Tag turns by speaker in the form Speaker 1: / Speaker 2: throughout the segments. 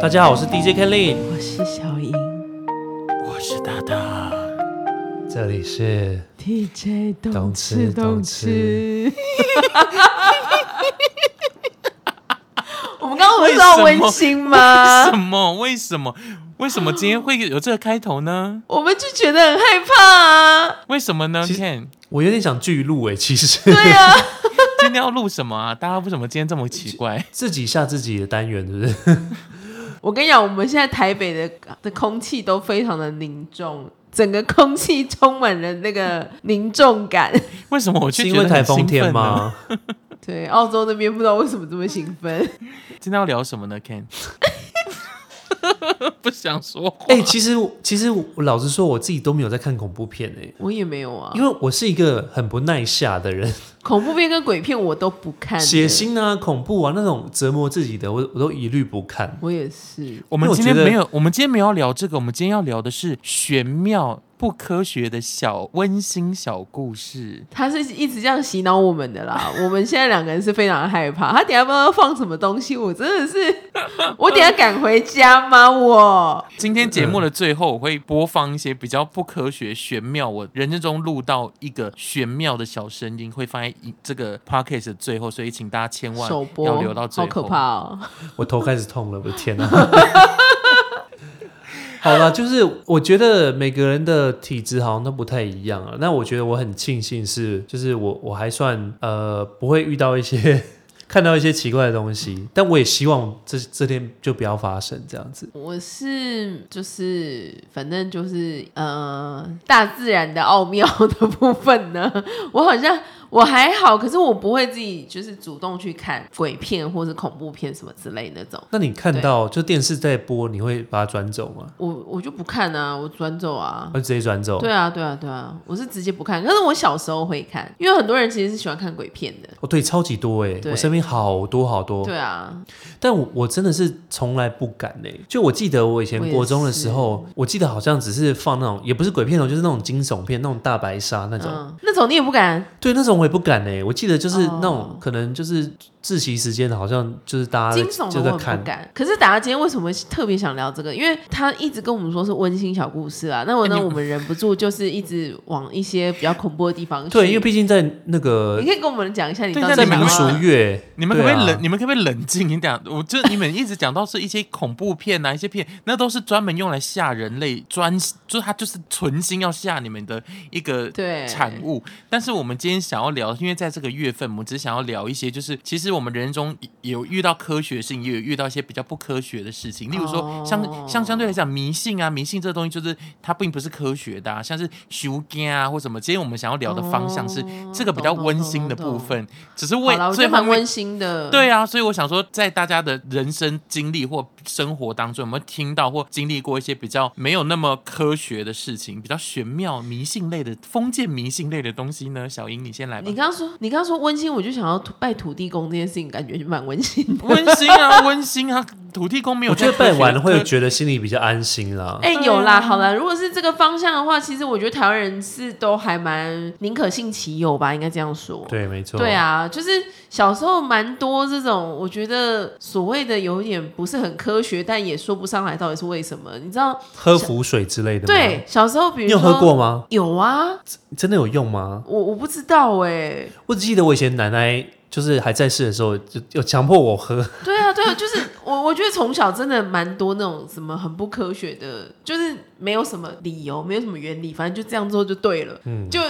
Speaker 1: 大家好，我是 DJ Kelly，
Speaker 2: 我是小莹
Speaker 1: 我是大大，这里是
Speaker 2: ，DJ
Speaker 1: 懂
Speaker 2: 懂
Speaker 1: 吃
Speaker 2: 吃
Speaker 1: 懂
Speaker 2: 懂
Speaker 1: 吃
Speaker 2: 吃。 我们刚刚不是要
Speaker 1: 为什么
Speaker 2: 温馨
Speaker 1: 什
Speaker 2: 吗？
Speaker 1: 么？为什么？为什么今天会有这个开头呢？
Speaker 2: 我们就觉得很害怕啊。
Speaker 3: 为什么呢
Speaker 1: 其实
Speaker 3: ？Ken，
Speaker 1: 我有点想巨鹿哎，其实
Speaker 2: 对啊，
Speaker 3: 今天要录什么啊？ 大家为什么今天这么奇 怪？
Speaker 1: 自己吓自己的单元是不是？
Speaker 2: 我跟你讲，我们现在台北的的空气都非常的凝重。整个空气充满了那个凝重感，
Speaker 3: 为什么我
Speaker 1: 是
Speaker 3: 去
Speaker 1: 因
Speaker 3: 觉
Speaker 1: 为
Speaker 3: 得
Speaker 1: 台
Speaker 3: 很
Speaker 1: 风
Speaker 3: 兴
Speaker 1: 天
Speaker 3: 奋啊呢？
Speaker 1: 吗？
Speaker 2: 对，澳洲那边不知道为什么这么兴奋，
Speaker 3: 今天要聊什么呢？Ken，不想说话。
Speaker 1: 哎、其实其实我老实说，我自己都没有在看恐怖片哎、
Speaker 2: 我也没有啊
Speaker 1: 因。为我是一个很不耐吓的人，
Speaker 2: 恐怖片跟鬼片我都不看的，
Speaker 1: 血腥啊、恐怖啊那种折磨自己的，我我都一律不看。
Speaker 2: 我也是。
Speaker 3: 我们
Speaker 1: 因为我
Speaker 3: 今天
Speaker 1: 觉得
Speaker 3: 没有，我们今天没有要聊这个，我们今天要聊的是玄妙不科学的小温馨小故事。
Speaker 2: 他是一直这样洗脑我们的啦。 我们现在两个人是非常害怕，他等一下不知道放什么东西，我真的是， 我等一下赶回家吗？我
Speaker 3: 今天节
Speaker 2: 嗯
Speaker 3: 目的最后，我会播放一些比较不科学、玄妙，我人生中录到一个玄妙的小声音，会放在一这个 podcast 的最后，所以请大家千万
Speaker 2: 首播
Speaker 3: 要留到最
Speaker 2: 好
Speaker 3: 后。
Speaker 2: 可怕哦！
Speaker 1: 我头开始痛了，我的天哪、 好了，就是我觉得每个人的体质好像都不太一样啊。那我觉得我很庆幸是，就是我我还算呃不会遇到一些 看到一些奇怪的东西，但我也希望这这天就不要发生这样子。
Speaker 2: 我是就是反正就是呃，大自然的奥妙的部分呢， 我好像我还好，可是我不会自己就是主动去看鬼片或是恐怖片什么之类那种。
Speaker 1: 那你看到就电视在播，你会把它转走吗？
Speaker 2: 我我就不看啊，我转走啊。
Speaker 1: 会直接转走？
Speaker 2: 对啊，对啊，对啊，我是直接不看。可是我小时候会看，因为很多人其实是喜欢看鬼片的。
Speaker 1: 哦，对，超级多哎，
Speaker 2: 对
Speaker 1: 我身边好多好多。
Speaker 2: 对啊，
Speaker 1: 但我我真的是从来不敢呢、就我记得我以前
Speaker 2: 我也
Speaker 1: 国中的时候，我记得好像只是放那种，也不是鬼片哦，就是那种惊悚片，那种大白鲨那种。
Speaker 2: 嗯，那种你也不敢，
Speaker 1: 对，那种我也不敢呢、欸我记得就是
Speaker 2: 哦
Speaker 1: 那种、可能就是自习时间，好像就是大家
Speaker 2: 惊
Speaker 1: 在
Speaker 2: 悚
Speaker 1: 就
Speaker 2: 的
Speaker 1: 在
Speaker 2: 我也
Speaker 1: 看
Speaker 2: 不。敢。可是大家今天为什么特别想聊这个？因为他一直跟我们说是温馨小故事啊，那
Speaker 1: 哎
Speaker 2: 我呢，我们忍不住就是一直往一些比较恐怖的地方去。
Speaker 1: 对，因为毕竟在那个
Speaker 2: 你可以跟我们讲一下你
Speaker 3: 对
Speaker 2: 到
Speaker 3: 那
Speaker 2: 底
Speaker 1: 在
Speaker 3: 你们
Speaker 1: 民
Speaker 2: 想
Speaker 1: 俗
Speaker 2: 要
Speaker 1: 月，
Speaker 3: 你们可不可以冷？
Speaker 1: 对啊
Speaker 3: 你们可不可以冷静一点？我这你们一直讲到是一些恐怖片啊，一些片，那都是专门用来吓人类，专就是它就是存心要吓你们的一个
Speaker 2: 对
Speaker 3: 产物。但是我们今天想要聊，因为在这个月份，我们只想要聊一些，就是其实我们人生中有遇到科学性，也有遇到一些比较不科学的事情，例如说
Speaker 2: 哦
Speaker 3: 像、像相对来讲迷信啊，迷信这东西就是它并不是科学的、啊，像是修干啊或什么。今天我们想要聊的方向是
Speaker 2: 哦
Speaker 3: 这个比较
Speaker 2: 懂懂
Speaker 3: 温
Speaker 2: 懂
Speaker 3: 馨的
Speaker 2: 懂
Speaker 3: 部分，只是
Speaker 2: 好
Speaker 3: 为
Speaker 2: 了，我觉
Speaker 3: 最
Speaker 2: 得
Speaker 3: 后
Speaker 2: 蛮
Speaker 3: 面
Speaker 2: 温馨的。
Speaker 3: 对啊，所以我想说，在大家的人生经历或生活当中，有没有听到或经历过一些比较没有那么科学的事情，比较玄妙、迷信类的、封建迷信类的东西呢？小英，你 先来吧
Speaker 2: 你。刚刚说，你刚刚说温馨，我就想要土拜土地公这件事情，感觉就蛮温馨的。
Speaker 3: 温馨啊，温馨啊，土地公没有
Speaker 1: 我觉
Speaker 3: 在
Speaker 1: 得
Speaker 3: 科学。
Speaker 1: 拜完会
Speaker 3: 科
Speaker 1: 觉得心里比较安心啦。
Speaker 2: 哎、
Speaker 3: 对
Speaker 2: 有啦，
Speaker 3: 啊
Speaker 2: 好啦，如果是这个方向的话，其实我觉得台湾人是都还蛮宁可信其有吧，应该这样说。
Speaker 1: 对，没错。
Speaker 2: 对，啊，就是小时候蛮多这种，我觉得所谓的有一点不是很科学，但也说不上来到底是为什么。你知道，
Speaker 1: 喝符水之类的。，
Speaker 2: 对，小时候比
Speaker 1: 你
Speaker 2: 如
Speaker 1: 有
Speaker 2: 说
Speaker 1: 喝过吗？
Speaker 2: 有啊，
Speaker 1: 真的有用吗？
Speaker 2: 我我不知道哎、
Speaker 1: 我只记得我以前奶奶就是还在世的时候，就有强迫我喝。
Speaker 2: 对啊，对啊，就是我， 我觉得从小真的蛮多那种什么很不科学的，就是没有什么理由，没有什么原理，反正就这样做就对了。嗯，就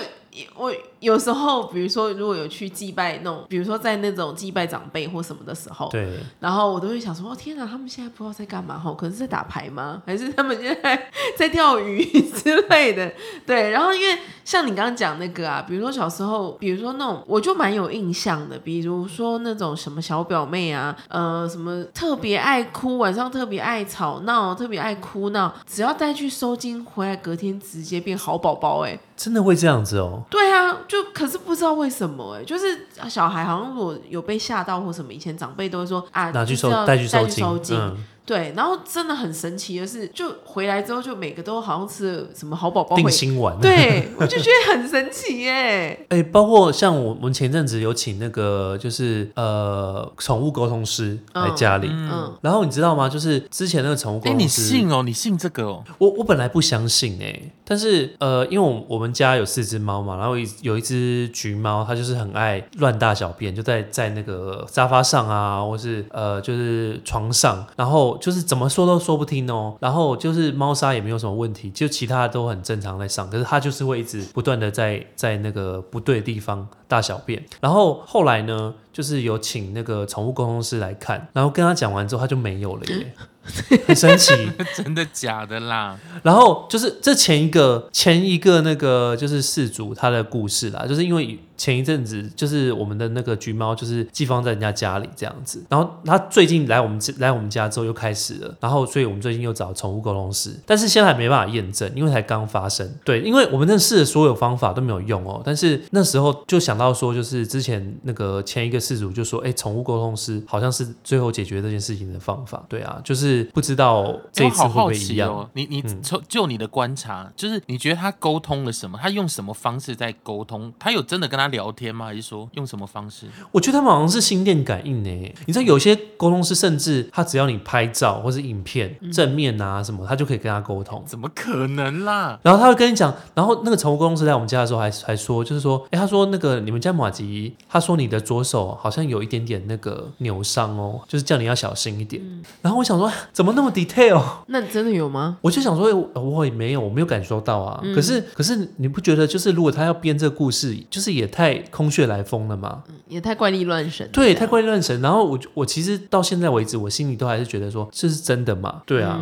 Speaker 2: 我有时候，比如说如果有去祭拜那种，比如说在那种祭拜长辈或什么的时候，
Speaker 1: 对，
Speaker 2: 然后我都会想说，哦天哪，他们现在不知道在干嘛吼，可能是在打牌吗？还是他们现在 在钓鱼之类的？对，然后因为像你刚刚讲那个啊，比如说小时候，比如说那种我就蛮有印象的，比如说那种什么小表妹啊，呃，什么特别爱哭，晚上特别爱吵闹，特别爱哭闹，只要带去收金回来，隔天直接变好宝宝哎、
Speaker 1: 真的会这样子哦。
Speaker 2: 对啊，就可是不知道为什么哎、就是小孩好像如果有被吓到或什么，以前长辈都会说啊，
Speaker 1: 拿去
Speaker 2: 就是
Speaker 1: 收
Speaker 2: 要
Speaker 1: 带
Speaker 2: 带
Speaker 1: 去
Speaker 2: 收
Speaker 1: 金，嗯，
Speaker 2: 对，然后真的很神奇的是，就回来之后就每个都好像吃了什么好宝宝
Speaker 1: 定
Speaker 2: 回，
Speaker 1: 心丸。
Speaker 2: 对我就觉得很神奇耶。
Speaker 1: 哎、包括像我我们前阵子有请那个就是呃宠物沟通师来家里，
Speaker 2: 嗯，
Speaker 1: 然后你知道吗？就是之前那个宠物沟
Speaker 3: 哎，
Speaker 1: 通
Speaker 3: 你
Speaker 1: 师，
Speaker 3: 信哦，你信这个哦，
Speaker 1: 我我本来不相信哎、但是呃，因为我我们家有四只猫嘛，然后有一有一只橘猫，它就是很爱乱大小便，就在在那个沙发上啊，或是呃就是床上，然后就是怎么说都说不听哦，然后就是猫砂也没有什么问题，就其他的都很正常在上，可是它就是会一直不断的在在那个不对的地方大小便，然后后来呢，就是有请那个宠物沟通师来看，然后跟他讲完之后，它就没有了耶。很神奇，
Speaker 3: 真的假的啦？
Speaker 1: 然后就是这前一个前一个那个就是事主他的故事啦，就是因为前一阵子就是我们的那个橘猫就是寄放在人家家里这样子，然后他最近来我们来我们家之后又开始了，然后所以我们最近又找宠物沟通师，但是现在还没办法验证，因为才刚发生。对，因为我们认识的所有方法都没有用哦，但是那时候就想到说，就是之前那个前一个事主就说，哎，宠物沟通师好像是最后解决这件事情的方法。对啊，就是不知道 这
Speaker 3: 哎我
Speaker 1: 一次
Speaker 3: 好
Speaker 1: 会不
Speaker 3: 好
Speaker 1: 会一
Speaker 3: 奇
Speaker 1: 样。嗯
Speaker 3: 哦，你你就就你的观察，就是你觉得他沟通了什么？他用什么方式在沟通？他有真的跟他聊天吗？还是说用什么方式？
Speaker 1: 我觉得他们好像是心电感应呢。你知道，有些沟通师甚至他只要你拍照或是影片、正面啊什么，他就可以跟他沟通。
Speaker 3: 怎么可能啦？
Speaker 1: 然后他会跟你讲，然后那个宠物公司来我们家的时候还还说，就是说，哎，他说那个你们家马吉，他说你的左手好像有一点点那个扭伤哦，就是叫你要小心一点。然后我想说，怎 么那么 detail？
Speaker 2: 那真的有吗？
Speaker 1: 我就想说，哎我也没有，我没有感受到啊。可是，可是你不觉得，就是如果他要编这个故事，就是也太空穴来风了吗？
Speaker 2: 也太怪力乱神了，
Speaker 1: 对，
Speaker 2: 这
Speaker 1: 太
Speaker 2: 样
Speaker 1: 怪力乱神。然后我我其实到现在为止，我心里都还是觉得说这是真的嘛？对啊，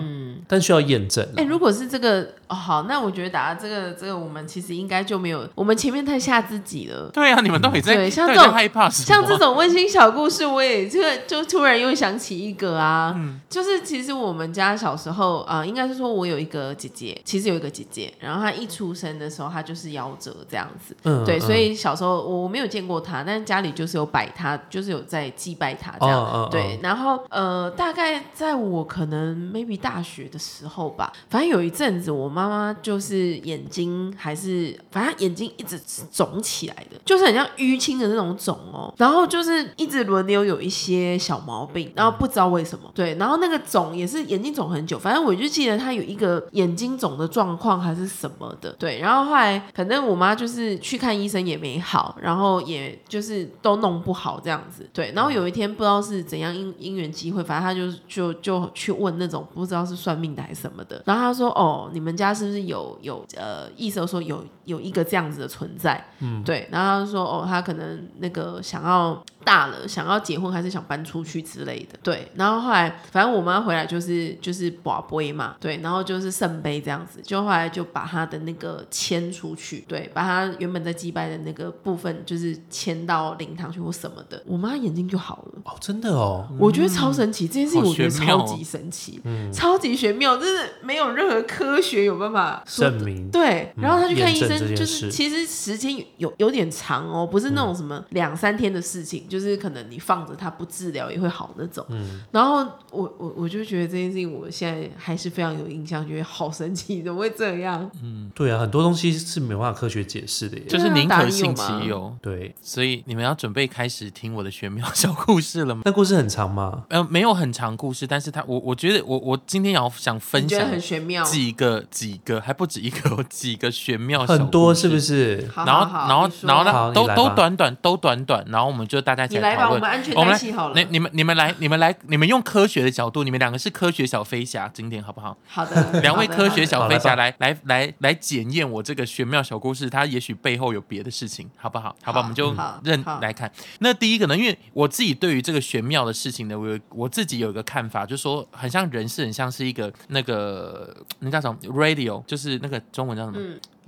Speaker 1: 但需要验证
Speaker 2: 嗯
Speaker 1: 啊
Speaker 2: 哎、
Speaker 1: 啦。
Speaker 2: 如果是这个、哦，好，那我觉得打这个这个，我们其实应该就没有，我们前面太吓自己了。
Speaker 3: 对啊，你们到底在
Speaker 2: 对像
Speaker 3: 到底
Speaker 2: 这
Speaker 3: 在
Speaker 2: 种
Speaker 3: 害怕什么？
Speaker 2: 像这种温馨小故事，我也这个就突然又想起一个啊，就是其实我们家小时候啊、呃应该是说我有一个姐姐，其实有一个姐姐，然后她一出生的时候她就是夭折这样子，
Speaker 1: 嗯
Speaker 2: 对，
Speaker 1: 嗯
Speaker 2: 所以小时候我我没有见过她，但是家里就是有摆她，就是有在祭拜她这
Speaker 1: 哦
Speaker 2: 样。
Speaker 1: 哦，
Speaker 2: 对，然后呃，大概在我可能 maybe 大学的时候吧，反正有一阵子，我妈妈就是眼睛还是，反正她眼睛一直是肿起来的，就是很像淤青的那种肿哦。然后就是一直轮流有一些小毛病，然后不知道为什么，对，然后那个肿也是眼睛肿很久，反正我就记得她有一个眼睛肿的状况还是什么的，对。然后后来反正我妈就是去看医生也没好，然后也就是都弄不好这样子，对。然后有一天不知道是怎样因因缘机会，反正她就就就去问那种不知道是算命的还是什么的，然后她说哦，你们家是不是有有呃意思说有有一个这样子的存在，嗯，对。然后她就说哦，她可能那个想要大了，想要结婚还是想搬出去之类的。对，然后后来反正我妈回来就是就是寡杯嘛，对，然后就是圣杯这样子，就后来就把她的那个迁出去，对，把她原本在祭拜的那个部分就是迁到灵堂去或什么的，我妈眼睛就好了。
Speaker 1: 哦，真的哦，
Speaker 2: 我觉得超神奇，这件事情
Speaker 3: 嗯好
Speaker 2: 我觉得
Speaker 3: 玄妙
Speaker 2: 超
Speaker 3: 哦
Speaker 2: 级神奇，超级玄妙，真的没有任何科学有办法说
Speaker 1: 证
Speaker 3: 嗯
Speaker 1: 明
Speaker 2: 对，然后他去看医
Speaker 1: 验证这件
Speaker 2: 生，就
Speaker 1: 事
Speaker 2: 是其实时间有有点长哦，不是那种
Speaker 3: 嗯
Speaker 2: 什么两三天的事情，就是可能你放着它不治疗也会好那种。
Speaker 3: 嗯
Speaker 2: 然后我我我就觉得这件事情，我现在还是非常有印象，觉得好神奇，怎么会这样？
Speaker 1: 对啊，很多东西是没有办法科学解释的耶。
Speaker 3: 就是宁可信其有，
Speaker 1: 对，
Speaker 3: 所以你们要准备开始听我的玄妙小故事了吗？
Speaker 1: 那故事很长吗？
Speaker 3: 呃，没有很长故事，但是他我我觉得我我今天要想
Speaker 2: 你
Speaker 3: 分
Speaker 2: 觉得
Speaker 3: 享
Speaker 2: 很玄妙？
Speaker 3: 几个几个，还不止一个哦，几个玄妙小
Speaker 1: 很多
Speaker 3: 哦故事
Speaker 1: 是不？是？
Speaker 2: 好
Speaker 3: 然
Speaker 2: 好
Speaker 3: 后
Speaker 2: 好，
Speaker 3: 然后
Speaker 2: 你说
Speaker 3: 然后
Speaker 1: 好
Speaker 3: 呢，
Speaker 1: 你
Speaker 3: 都
Speaker 1: 来
Speaker 3: 都
Speaker 1: 吧
Speaker 3: 短短都短短，然后我们就大家一起
Speaker 2: 你来吧，
Speaker 3: 讨
Speaker 2: 我
Speaker 3: 论
Speaker 2: 们。安全
Speaker 3: 我们
Speaker 2: 带
Speaker 3: 来
Speaker 2: 系好了
Speaker 3: 你。你们你们来你们来你们用科学的角度，你们两个是科学小飞侠，今天好不好？
Speaker 2: 好的，
Speaker 3: 两位
Speaker 2: 好的
Speaker 3: 科学小飞
Speaker 1: 好
Speaker 3: 侠
Speaker 1: 的
Speaker 3: 来来来来检验我这个玄妙小故事，它也许背后有别的事情，好不好？好
Speaker 2: 好
Speaker 3: 吧，我们就
Speaker 2: 好
Speaker 3: 认
Speaker 2: 好
Speaker 3: 来看。那第一个呢，因为我自己对于这个玄妙的事情呢，我有我自己有一个看法，就说很
Speaker 2: 嗯
Speaker 3: 像人是很像是一个那个那叫什么 radio，就是那个中文叫什么？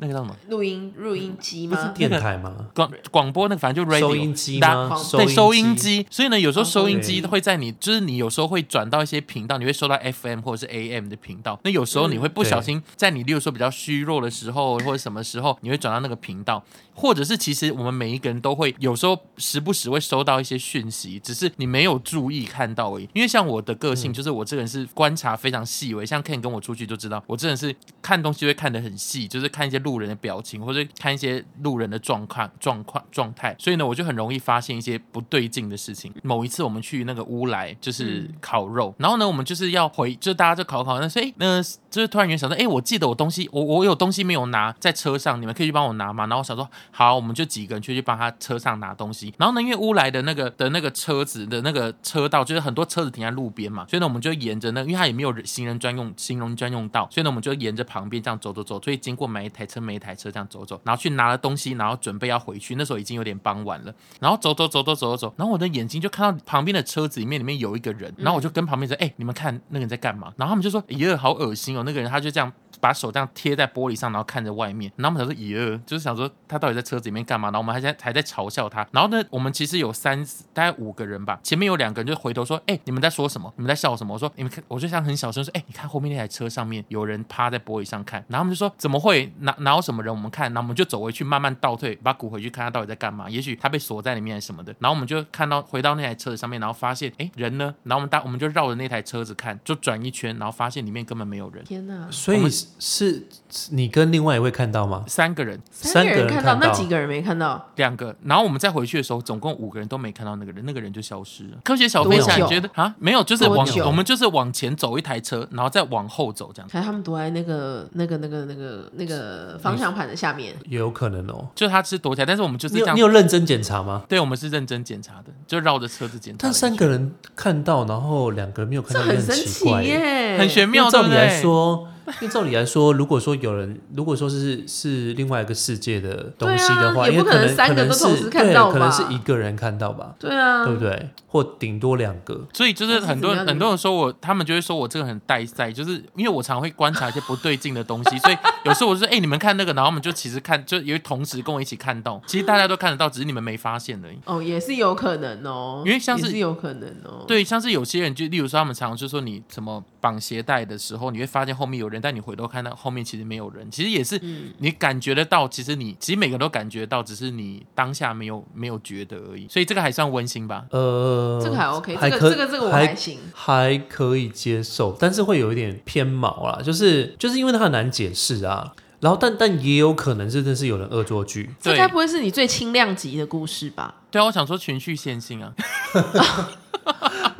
Speaker 3: 那个叫什么？
Speaker 2: 录音录音机吗？
Speaker 1: 电台吗？
Speaker 3: 广广播那个反正就 radio
Speaker 1: 收音机
Speaker 3: 大
Speaker 1: 吗？
Speaker 2: 大
Speaker 3: 对，收音
Speaker 1: 音。
Speaker 3: 机。所以呢，有时候
Speaker 2: 哦
Speaker 3: 收音机
Speaker 1: 对
Speaker 3: 会在你，就是你有时候会转到一些频道，你会收到 FM 或者是 AM 的频道。那有时
Speaker 2: 嗯
Speaker 3: 候你会不小心在你，例如说比较虚弱的时候，或者什么时候，你会转到那个频道，或者是其实我们每一个人都会有时候时不时会收到一些讯息，只是你没有注意看到而已。因为像我的个性，就是我这个人是观察非常细微，像 Ken 跟我出去就知道，我真的是看东西会看得很细，就是看一些路人的表情，或者看一些路人的状况、状况、状态。所以呢，我就很容易发现一些不对劲的事情。某一次我们去那个乌来，就是
Speaker 2: 嗯
Speaker 3: 烤肉，然后呢，我们就是要回，就是大家就烤烤，那所以那就是突然有人想到，哎、我记得我东西，我我有东西没有拿在车上，你们可以去帮我拿吗？然后我想说，好，我们就几个人去去帮他车上拿东西。然后呢，因为乌来的那个的那个车子的那个车道，就是很多车子停在路边嘛，所以呢，我们就沿着那因为它也没有行人专用行人专用道，所以呢，我们就沿着旁边这样走走走，所以经过每一台车每一台车这样走走，然后去拿了东西，然后准备要回去。那时候已经有点傍晚了，然后走走走走走走走，然后我的眼睛就看到旁边的车子里面里面有一个人，然后我就跟旁边说：“哎、你们看那个人在干嘛？”然后他们就说：“耶，好恶心哦！”那个人他就这样把手这样贴在玻璃上，然后看着外面。然后我们想说：“耶，就是想说他到底在车子里面干嘛？”然后我们还在还在嘲笑他。然后呢，我们其实有三大概五个人吧，前面有两个人就回头说：“哎、你们在说什么？你们在笑什么？”我说：“你们看，我就想很小声说：‘哎、你看后面那台车上面有人趴在玻璃上看。’然后他们就说：‘怎么会？哪哪有什么人？’我们看，然后我们就走回去，慢慢倒退，把鼓回去看他到底在干嘛。也许他被锁在里面什么的。然后我们就看到回到那台车子上面，然后发现哎、人呢？然后我们大我们就绕着那台车子看，就转一圈，然后发现里面根本没有人。
Speaker 2: 天哪！
Speaker 1: 所
Speaker 3: 我
Speaker 1: 以
Speaker 3: 们
Speaker 1: 是是你跟另外一位看到吗？
Speaker 3: 三个人，
Speaker 2: 三
Speaker 1: 三个人
Speaker 2: 看
Speaker 1: 看
Speaker 2: 那
Speaker 1: 到
Speaker 2: 几个人没看到，
Speaker 3: 两个，然后我们再回去的时候，总共五个人都没看到那个人，那个人就消失了。科学小飞
Speaker 2: 多
Speaker 3: 侠，
Speaker 2: 久
Speaker 3: 你觉得啊？没有，就是往
Speaker 2: 多久
Speaker 3: 我们就是往前走一台车，然后再往后走这样。
Speaker 2: 可能他们躲在那个那个那个那个那个方向盘的下面。
Speaker 1: 也有可能哦。
Speaker 3: 就是他是躲起来，但是我们就是
Speaker 1: 你有
Speaker 3: 这样
Speaker 1: 你。有认真检查吗？
Speaker 3: 对，我们是认真检查的，就绕着车子检查
Speaker 1: 但
Speaker 3: 了一圈。
Speaker 1: 三个人看到，然后两个人没有看
Speaker 2: 这
Speaker 1: 到，也
Speaker 2: 很神
Speaker 1: 奇
Speaker 2: 奇
Speaker 1: 怪欸耶。
Speaker 2: 耶，
Speaker 3: 很玄
Speaker 1: 因
Speaker 3: 妙，
Speaker 1: 为照
Speaker 3: 对不
Speaker 1: 理
Speaker 3: 对？
Speaker 1: 来说，因为照理来说，如果说有人， 如果说是是另外一个世界的东西的
Speaker 2: 对
Speaker 1: 话，
Speaker 2: 啊也
Speaker 1: 因为
Speaker 2: 不可能
Speaker 1: 能
Speaker 2: 三个
Speaker 1: 可能
Speaker 2: 都
Speaker 1: 是
Speaker 2: 同时看
Speaker 1: 对
Speaker 2: 到
Speaker 1: 可能
Speaker 2: 吧
Speaker 1: 是一个人看到吧，
Speaker 2: 对啊，
Speaker 1: 对不对？或顶多两个。
Speaker 3: 所以就是很多
Speaker 2: 那是怎么样的
Speaker 3: 很多人说我，他们就会说我这个很带赛，就是因为我常会观察一些不对劲的东西，所以有时候我就说，哎、你们看那个，然后我们就其实看，就有同时跟我一起看到，其实大家都看得到，只是你们没发现而已。
Speaker 2: 哦，也是有可能哦，
Speaker 3: 因为像
Speaker 2: 也
Speaker 3: 是
Speaker 2: 是有可能哦，，
Speaker 3: 对，像是有些人就，例如说他们常常就说你什么绑鞋带的时候，你会发现后面有人，但你回头看到后面其实没有人，其实也是
Speaker 2: 嗯，
Speaker 3: 你感觉得到，其实你其实每个人都感觉到，只是你当下没有没有觉得而已，所以这个还算温馨吧。
Speaker 1: 呃，
Speaker 2: 这个还 OK，
Speaker 1: 还
Speaker 2: 这个
Speaker 1: 可
Speaker 2: 这个这个我
Speaker 1: 还
Speaker 2: 还行，
Speaker 1: 还可以接受，但是会有一点偏毛啦，就是就是因为它很难解释啊。然后但但也有可能是真的是有人恶作剧，
Speaker 2: 这
Speaker 3: 对
Speaker 2: 该不会是你最轻量级的故事吧？
Speaker 3: 对啊，我想说循序渐进啊，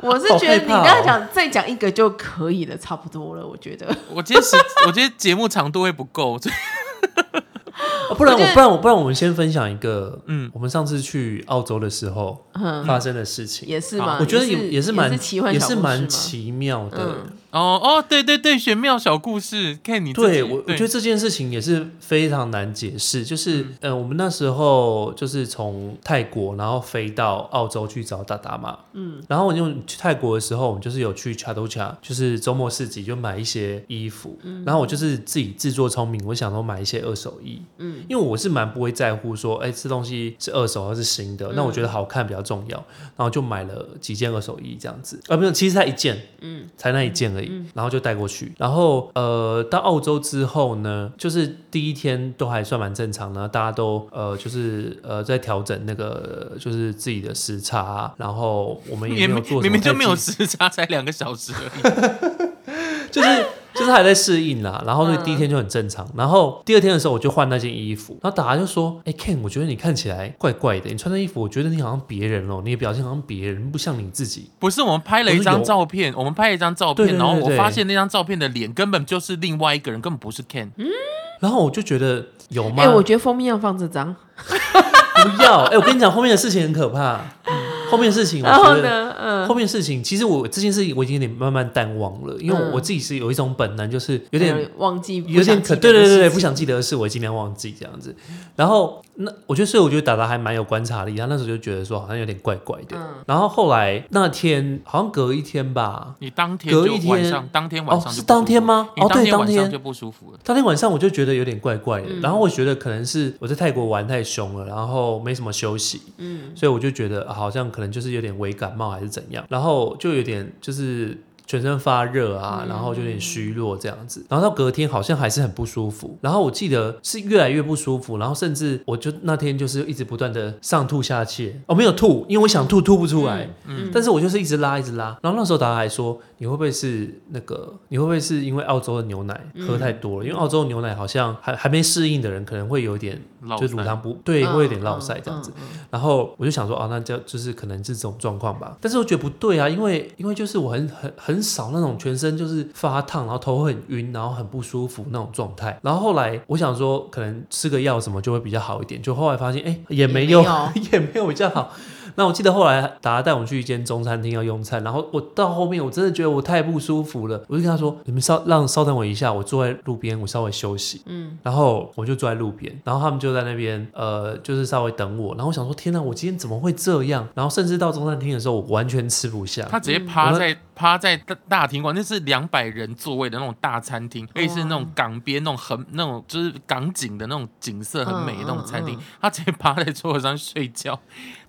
Speaker 2: 我是
Speaker 1: 好
Speaker 2: 觉得
Speaker 1: 害
Speaker 2: 你
Speaker 1: 怕
Speaker 2: 刚才
Speaker 1: 哦
Speaker 2: 讲再讲一个就可以了，差不多了，我觉得。
Speaker 3: 我今天时我今天节目长度会不够，所以
Speaker 1: 啊不然
Speaker 2: 我觉
Speaker 1: 我
Speaker 2: 得
Speaker 1: 不然我不然我们先分享一个，
Speaker 3: 嗯
Speaker 1: 嗯，我们上次去澳洲的时候
Speaker 2: 嗯
Speaker 1: 发生的事情，
Speaker 2: 也是嘛，
Speaker 1: 我觉得
Speaker 2: 啊也
Speaker 1: 也也是蛮
Speaker 2: 奇幻
Speaker 1: 也
Speaker 2: 小
Speaker 1: 是
Speaker 2: 故事
Speaker 1: 蛮
Speaker 2: 嘛
Speaker 1: 奇妙的
Speaker 2: 嗯。
Speaker 3: 哦哦，对对对，玄妙小故事，看你自己
Speaker 1: 对我，我觉得这件事情也是非常难解释。就是，
Speaker 3: 嗯
Speaker 1: 呃，我们那时候就是从泰国，然后飞到澳洲去找达达嘛。嗯，然后我就去泰国的时候，我们就是有去 c h a t o c h a 就是周末市集，就买一些衣服。
Speaker 2: 嗯
Speaker 1: 然后我就是自己自作聪明，我想说买一些二手衣。嗯，因为我是蛮不会在乎说，哎、这东西是二手还是新的。那我觉得好看比较重要，然后就买了几件二手衣这样子。啊，没有，其实才一件。才那一件而已，然后就带过去。然后呃，到澳洲之后呢，就是第一天都还算蛮正常的，大家都呃就是呃在调整那个就是自己的时差啊，然后我们也
Speaker 3: 也
Speaker 1: 没有
Speaker 3: 没
Speaker 1: 做什么
Speaker 3: 明明就
Speaker 1: 太
Speaker 3: 没有
Speaker 1: 激，
Speaker 3: 时差，才两个小时而已。
Speaker 1: 就是。就是还在适应啦，然后所以
Speaker 2: 嗯
Speaker 1: 第一天就很正常，然后第二天的时候我就换那件衣服，然后达就说：“哎、k e n 我觉得你看起来怪怪的，你穿的衣服，我觉得你好像别人哦，你的表现好像别人，不像你自己。”
Speaker 3: 不是，我们拍了一
Speaker 1: 我是
Speaker 3: 张
Speaker 1: 有
Speaker 3: 照片，我们拍了一张照片，
Speaker 1: 对对对
Speaker 3: 然后我
Speaker 1: 对
Speaker 3: 发现那张照片的脸根本就是另外一个人，根本不是 Ken。
Speaker 1: 嗯然后我就觉得有
Speaker 2: 哎
Speaker 1: 吗？
Speaker 2: 哎、我觉得封面要放这张，
Speaker 1: 不要！哎、我跟你讲，后面的事情很可怕。后面的事情，我
Speaker 2: 然后
Speaker 1: 觉得
Speaker 2: 呢，嗯，
Speaker 1: 后面的事情，其实我这件事情我已经有点慢慢淡忘了，因为
Speaker 2: 嗯
Speaker 1: 我我自己是有一种本能，就是有点
Speaker 2: 忘记，
Speaker 1: 有点可
Speaker 2: 可
Speaker 1: 对对对对，不想记得的事，我也尽量忘记这样子。然后那我觉得，所以我觉得达达还蛮有观察力，他那时候就觉得说好像有点怪怪的。
Speaker 2: 嗯
Speaker 1: 然后后来那天好像隔一天吧，
Speaker 3: 你当天
Speaker 1: 隔
Speaker 3: 就
Speaker 1: 一天
Speaker 3: 晚上，当天晚上
Speaker 1: 哦
Speaker 3: 就不
Speaker 1: 是
Speaker 3: 舒服
Speaker 1: 当天吗
Speaker 3: 你
Speaker 1: 哦对
Speaker 3: 天
Speaker 1: 当
Speaker 3: 晚上
Speaker 1: 天
Speaker 3: 就不舒服了。
Speaker 1: 当天晚上我就觉得有点怪怪的。
Speaker 2: 嗯
Speaker 1: 然后我觉得可能是我在泰国玩太凶了，然后没什么休息，
Speaker 2: 嗯，
Speaker 1: 所以我就觉得、啊好像可能就是有点微感冒还是怎样，然后就有点就是。全身发热啊，
Speaker 2: 嗯
Speaker 1: 然后就有点虚弱这样子，然后到隔天好像还是很不舒服，然后我记得是越来越不舒服，然后甚至我就那天就是一直不断的上吐下泻，哦没有吐，因为我想吐吐不出来，
Speaker 2: 嗯
Speaker 1: 但是我就是一直拉一直拉，然后那时候达达还说你会不会是那个你会不会是因为澳洲的牛奶
Speaker 2: 嗯
Speaker 1: 喝太多了，因为澳洲的牛奶好像还还没适应的人可能会有一点
Speaker 3: 老
Speaker 1: 就乳
Speaker 3: 塞
Speaker 1: 糖不对，
Speaker 2: 嗯
Speaker 1: 会有点落塞这样子，，
Speaker 2: 嗯嗯嗯
Speaker 1: 然后我就想说，哦，那就就是可能是这种状况吧。但是我觉得不对啊，因为因为就是我很很很少那种全身就是发烫，然后头很晕，然后很不舒服那种状态。然后后来我想说，可能吃个药什么就会比较好一点。就后来发现，哎，也没有，
Speaker 2: 也没有
Speaker 1: 也没有比较好。那我记得后来达达带我们去一间中餐厅要用餐，然后我到后面我真的觉得我太不舒服了，我就跟他说：“你们稍让稍等我一下，我坐在路边，我稍微休息。”然后我就坐在路边，然后他们就在那边，呃，就是稍微等我。然后我想说，天哪，我今天怎么会这样？然后甚至到中餐厅的时候，我完全吃不下。
Speaker 3: 他直接趴在趴在大大庭广，那是两百人座位的那种大餐厅，而且是那种港边那种很那种就是港景的那种景色很美的那种餐厅
Speaker 2: 嗯嗯，
Speaker 3: 他直接趴在桌子上睡觉，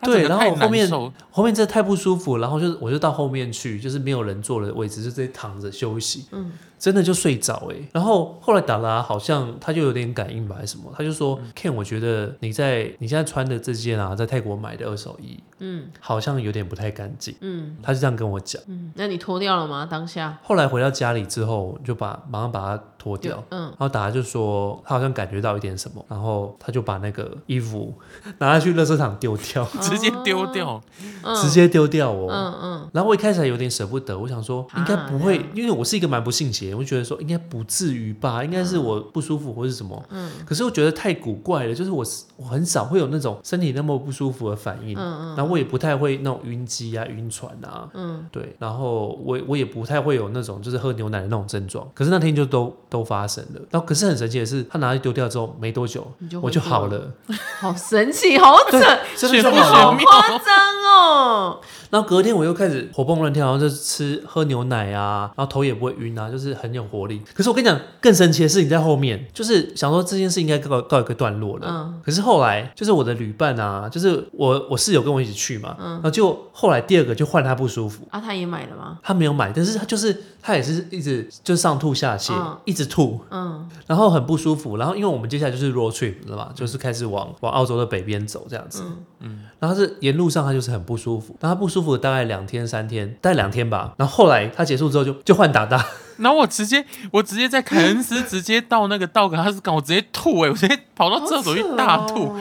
Speaker 3: 他
Speaker 1: 对
Speaker 3: 整个
Speaker 1: 然后
Speaker 3: 太
Speaker 1: 后
Speaker 3: 难
Speaker 1: 面
Speaker 3: 受。
Speaker 1: 后面真的太不舒服，然后就是我就到后面去，就是没有人坐的位置，就直接躺着休息。
Speaker 2: 嗯
Speaker 1: 真的就睡着哎、然后后来达拉好像他就有点感应吧，还是什么，他就说、Ken，我觉
Speaker 2: 嗯
Speaker 1: 得你在你现在穿的这件啊，在泰国买的二手衣
Speaker 2: 嗯
Speaker 1: 好像有点不太干净。”
Speaker 2: 嗯
Speaker 1: 他就这样跟我讲。
Speaker 2: 嗯，那你脱掉了吗？当下
Speaker 1: 后来回到家里之后，就把马上把它脱掉
Speaker 2: 就。嗯
Speaker 1: 然后达就说他好像感觉到一点什么，然后他就把那个衣服 拿去垃圾场丢 掉，
Speaker 3: 直接丢掉，
Speaker 2: 嗯
Speaker 1: 直接丢掉哦。
Speaker 2: 嗯嗯
Speaker 1: 然后我一开始还有点舍不得，我想说
Speaker 2: 啊
Speaker 1: 应该不会，
Speaker 2: 这样
Speaker 1: 因为我是一个蛮不信邪，我觉得说应该不至于吧，应该是我不舒服或是什么。
Speaker 2: 嗯
Speaker 1: 可是我觉得太古怪了，就是我我很少会有那种身体那么不舒服的反应，
Speaker 2: 嗯
Speaker 1: 然
Speaker 2: 嗯
Speaker 1: 后我也不太会那种晕机啊、晕船啊，
Speaker 2: 嗯
Speaker 1: 对，然后我我也不太会有那种就是喝牛奶的那种症状，可是那天就都都发生了。然后可是很神奇的是，他拿去丢掉之后没多久
Speaker 2: 你就恢
Speaker 1: 我就
Speaker 2: 复
Speaker 1: 好
Speaker 2: 了
Speaker 1: 了，
Speaker 2: 好神奇，好
Speaker 1: 对
Speaker 2: 整，
Speaker 1: 真的就
Speaker 3: 玄
Speaker 1: 好
Speaker 3: 妙
Speaker 1: 了。
Speaker 2: 好夸张哦。
Speaker 1: 然后隔天我又开始活蹦乱跳，然后就吃喝牛奶啊，然后头也不会晕啊，就是很有活力。可是我跟你讲，更神奇的事情在后面，就是想说这件事应该告告一个段落了。
Speaker 2: 嗯
Speaker 1: 可是后来就是我的旅伴啊，就是我我室友跟我一起去嘛，
Speaker 2: 嗯
Speaker 1: 然后就后来第二个就换他不舒服。
Speaker 2: 啊，他也买了吗？
Speaker 1: 他没有买，但是他就是他也是一直就上吐下泻，
Speaker 2: 嗯
Speaker 1: 一直吐，
Speaker 2: 嗯
Speaker 1: 然后很不舒服。然后因为我们接下来就是 road trip 了嘛，就是开始往往澳洲的北边走这样子。
Speaker 2: 嗯
Speaker 1: 然后是沿路上他就是很不舒服，然后他不舒服了大概两天三天，大概两天吧。然后后来他结束之后就就换达达，
Speaker 3: 然后我直接我直接在凯恩斯直接到那个道格拉斯港，我直接吐哎、我直接跑到厕所去大
Speaker 2: 哦
Speaker 3: 吐，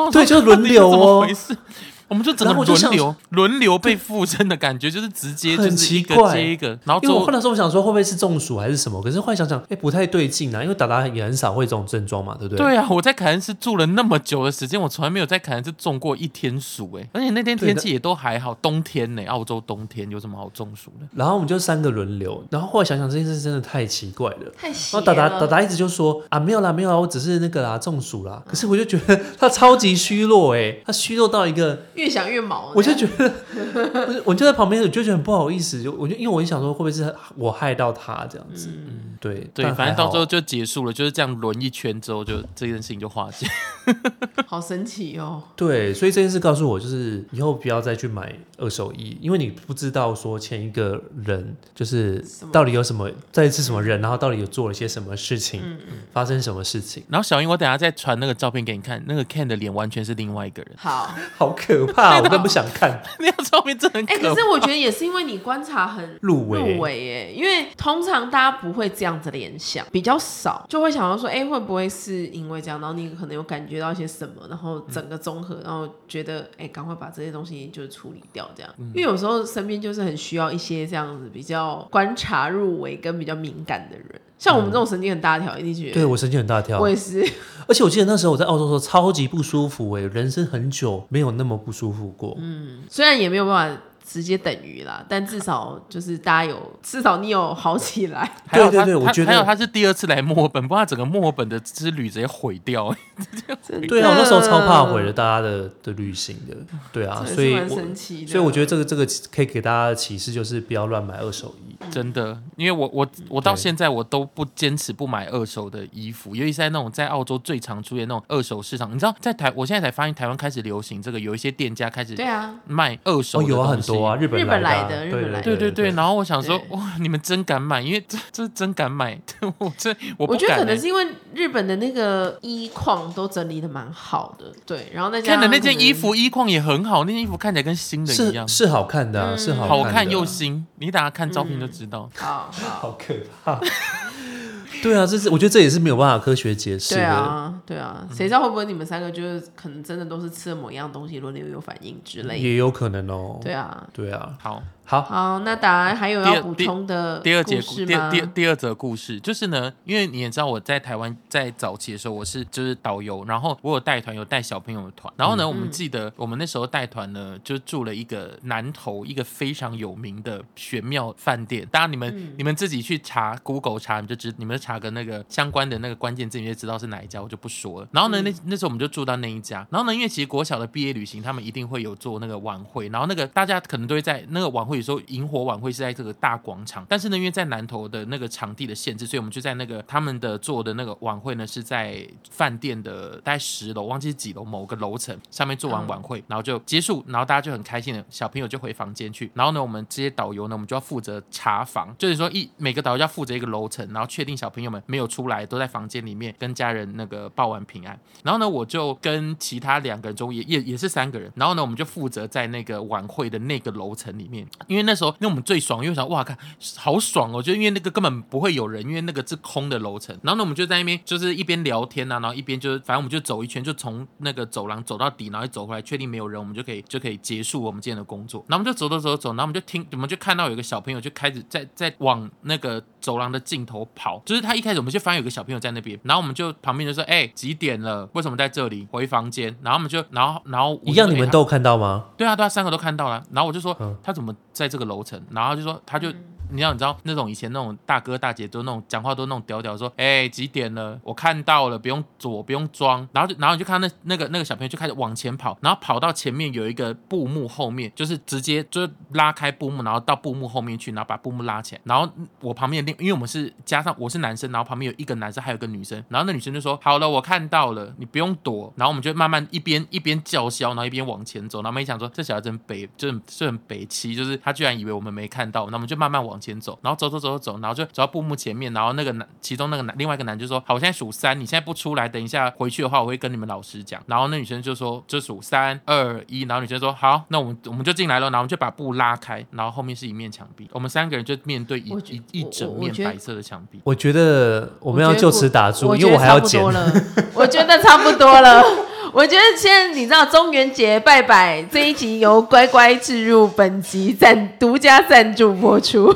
Speaker 3: 哇
Speaker 1: 对就轮流哦
Speaker 3: 怎么回事？我们就整个
Speaker 1: 然后我就
Speaker 3: 轮
Speaker 1: 想
Speaker 3: 流轮流被附身的感觉，就是直接就
Speaker 1: 很
Speaker 3: 是一
Speaker 1: 奇
Speaker 3: 个
Speaker 1: 怪
Speaker 3: 接一个，然后
Speaker 1: 因为我后
Speaker 3: 就
Speaker 1: 来时候我想说会不会是中暑还是什么，可是后来想想，哎，不太对劲啊，因为达达也很少会这种症状嘛，对不对？
Speaker 3: 对啊，我在凯恩斯住了那么久的时间，我从来没有在凯恩斯中过一天暑哎、而且那天
Speaker 1: 对的
Speaker 3: 天气也都还好，冬天呢、澳洲冬天有什么好中暑的？
Speaker 1: 然后我们就三个轮流，然后后来想想这件事真的太奇怪了。
Speaker 2: 太邪
Speaker 1: 然后达达达
Speaker 2: 了。
Speaker 1: 达一直就说啊没有啦没有啦，我只是那个啦中暑啦。可是我就觉得他超级虚弱哎、他虚弱到一个，
Speaker 2: 越想越毛，
Speaker 1: 我就觉得我就我就在旁边，我就觉得很不好意思，就我就因为我就想说会不会是我害到他这样子，嗯、对
Speaker 3: 对，
Speaker 1: 但
Speaker 3: 反正
Speaker 1: 还好
Speaker 3: 到最后就结束了，就是这样轮一圈之后就，这件事情就化解。
Speaker 2: 好神奇哦。
Speaker 1: 对，所以这件事告诉我就是以后不要再去买二手衣，因为你不知道说前一个人就是
Speaker 2: 什么
Speaker 1: 到底有什么在是什么人，然后到底有做了些什么事情，发生什么事情，
Speaker 3: 然后小英，我等下再传那个照片给你看，那个 Ken 的脸完全是另外一个人，
Speaker 2: 好，
Speaker 1: 好可怕，我都不想看
Speaker 3: 那张照片真的很
Speaker 2: 哎、
Speaker 3: 可
Speaker 2: 可
Speaker 3: 怕。
Speaker 2: 是我觉得也是因为你观察很
Speaker 1: 入围。
Speaker 2: 入围耶，因为通常大家不会这样子联想，比较少，就会想到说，哎、会不会是因为这样，然后你可能有感觉到一些什么，然
Speaker 1: 嗯
Speaker 2: 后整个综合，然后觉得，哎、赶快把这些东西就是处理掉，这样，
Speaker 1: 嗯
Speaker 2: 因为有时候身边就是很需要一些这样子比较观察入围跟比较敏感的人。像我们这种神经很大条，一定去。
Speaker 1: 对我神经很大跳
Speaker 2: 我，也是，
Speaker 1: 而且我记得那时候我在澳洲的时候超级不舒服哎、人生很久没有那么不舒服过。
Speaker 2: 虽然也没有办法直接等于啦，但至少就是大家有，至少你有好起来。
Speaker 3: 还有
Speaker 1: 对
Speaker 3: 他
Speaker 1: 对对我
Speaker 3: 他
Speaker 1: 觉得
Speaker 3: 还有他是第二次来墨尔本，不然他整个墨尔本的之旅直接毁掉。
Speaker 1: 对啊，我那时候超怕毁了大家的的旅行的，对啊，
Speaker 2: 真的
Speaker 1: 所以
Speaker 2: 嗯是蛮
Speaker 1: 我
Speaker 2: 神奇的。
Speaker 1: 所以我觉得这个这个可以给大家的启示就是不要乱买二手衣。
Speaker 3: 真的，因为我我我到
Speaker 1: 对
Speaker 3: 现在我都不坚持不买二手的衣服，尤其是在那种在澳洲最常出现那种二手市场。你知道，在台我现在才发现台湾开始流行这个，有一些店家开始
Speaker 2: 对啊，
Speaker 3: 卖二手
Speaker 1: 哦，
Speaker 3: 的东西、
Speaker 1: 有啊，很多啊，日
Speaker 2: 日
Speaker 1: 本
Speaker 2: 本
Speaker 1: 来
Speaker 2: 来的
Speaker 1: 啊
Speaker 2: 日
Speaker 1: 对
Speaker 2: 本来的
Speaker 3: 对对对，然后我想说
Speaker 2: 对，
Speaker 3: 哇，你们真敢买，因为这这真敢买，我这我不
Speaker 2: 我觉得
Speaker 3: 敢欸、
Speaker 2: 可能是因为日本的那个衣框都整理的蛮好的，对，然后再加
Speaker 3: 看
Speaker 2: 上
Speaker 3: 的那件
Speaker 2: 可能
Speaker 3: 衣，服衣况也很好，那件衣服看起来跟新的一
Speaker 1: 是
Speaker 3: 样，
Speaker 1: 是好看的、啊，
Speaker 2: 嗯
Speaker 1: 是
Speaker 3: 好
Speaker 1: 看的
Speaker 3: 看又新。你大家看照片就知道。
Speaker 2: 好好，
Speaker 1: 好可怕。 对啊，这是我觉得这也是没有办法科学解释
Speaker 2: 对
Speaker 1: 的。
Speaker 2: 啊，对啊，谁知道会不会你们三个就是可能真的都是吃了某样东西轮流有反应之
Speaker 3: 嗯
Speaker 2: 类的，
Speaker 1: 也有可能哦。
Speaker 2: 对啊。
Speaker 1: 对啊，
Speaker 3: 好，
Speaker 1: 好，
Speaker 2: 好，那答案还有
Speaker 3: 第二
Speaker 2: 要补充的
Speaker 3: 第二节
Speaker 2: 呃故
Speaker 3: 故
Speaker 2: 事
Speaker 3: 第
Speaker 2: 吗
Speaker 3: 二？第二第二则故事就是呢，因为你也知道我在台湾在早期的时候，我是就是导游，然后我有带团，有带小朋友的团。然后呢，我们记得我们那时候带团呢，就住了一个南投一个非常有名的玄妙饭店。当然你们、你们自己去查 Google 查，你就知你们就查个那个相关的那个关键字，你就知道是哪一家，我就不说了。然后呢，那那时候我们就住到那一家。然后呢，因为其实国小的毕业旅行，他们一定会有做那个晚会，然后那个大家可能都会在那个晚会有时候萤火晚会是在这个大广场，但是呢，因为在南投的那个场地的限制，所以我们就在那个他们的做的那个晚会呢是在饭店的大概十楼，忘记是几楼某个楼层上面做完晚会，然后就结束，然后大家就很开心的小朋友就回房间去，然后呢，我们这些导游呢，我们就要负责查房，就是说一每个导游要负责一个楼层，然后确定小朋友们没有出来，都在房间里面跟家人那个报完平安。然后呢，我就跟其他两个人中也也也是三个人，然后呢，我们就负责在那个晚会的那个楼层里面，因为那时候因为我们最爽，因为我想哇看好爽哦，就因为那个根本不会有人，因为那个是空的楼层。然后呢，我们就在那边就是一边聊天啊，然后一边就是反正我们就走一圈，就从那个走廊走到底，然后一走回来，确定没有人，我们就可以就可以结束我们今天的工作。然后我们就走走走走，然后我们就听，我们就看到有个小朋友就开始在在往那个走廊的尽头跑，就是他一开始我们就发现有个小朋友在那边，然后我们就旁边就说，哎、几点了？为什么在这里？回房间。然后我们就，然后然后我就
Speaker 1: 一样
Speaker 3: 说
Speaker 1: 你
Speaker 3: 哎
Speaker 1: 们
Speaker 3: 他
Speaker 1: 都有看到吗？
Speaker 3: 对啊，对啊，三个都看到了。然后我就说、
Speaker 1: 嗯
Speaker 3: 他怎么在这个楼层？然后他就说他就。你知道，你知道那种以前那种大哥大姐都那种讲话都那种屌屌说，哎、几点了？我看到了，不用左，不用装。然后就，然后你就看到那那个那个小朋友就开始往前跑，然后跑到前面有一个布幕后面，就是直接就是拉开布幕，然后到布幕后面去，然后把布幕拉起来。然后我旁边的另，因为我们是加上我是男生，然后旁边有一个男生，还有一个女生。然后那女生就说，好了，我看到了，你不用躲。然后我们就慢慢一边一边叫嚣，然后一边往前走。然后我们一想说，嗯这小孩真北，就很就很北七，就是他居然以为我们没看到，然后我们就慢慢往前走，然后走走走走走，然后就走到布幕前面，然后那个男，其中那个男，另外一个男就说，好，我现在数三，你现在不出来，等一下回去的话，我会跟你们老师讲。然后那女生就说，就数三二一，然后女生说，好，那我们我们就进来了，然后我们就把布拉开，然后后面是一面墙壁，我们三个人就面对一
Speaker 2: 我觉
Speaker 3: 一一
Speaker 2: 我
Speaker 3: 整
Speaker 2: 我
Speaker 3: 面
Speaker 2: 觉得
Speaker 3: 白色的墙壁。
Speaker 1: 我觉得我们要
Speaker 2: 觉得
Speaker 1: 就
Speaker 2: 不
Speaker 1: 此打住，
Speaker 2: 我
Speaker 1: 因为我还要剪。
Speaker 2: 觉得差不多了，我觉得差不多了。 我觉得现在你知道中元节拜拜这一集由乖乖置入本集赞独家赞助播出，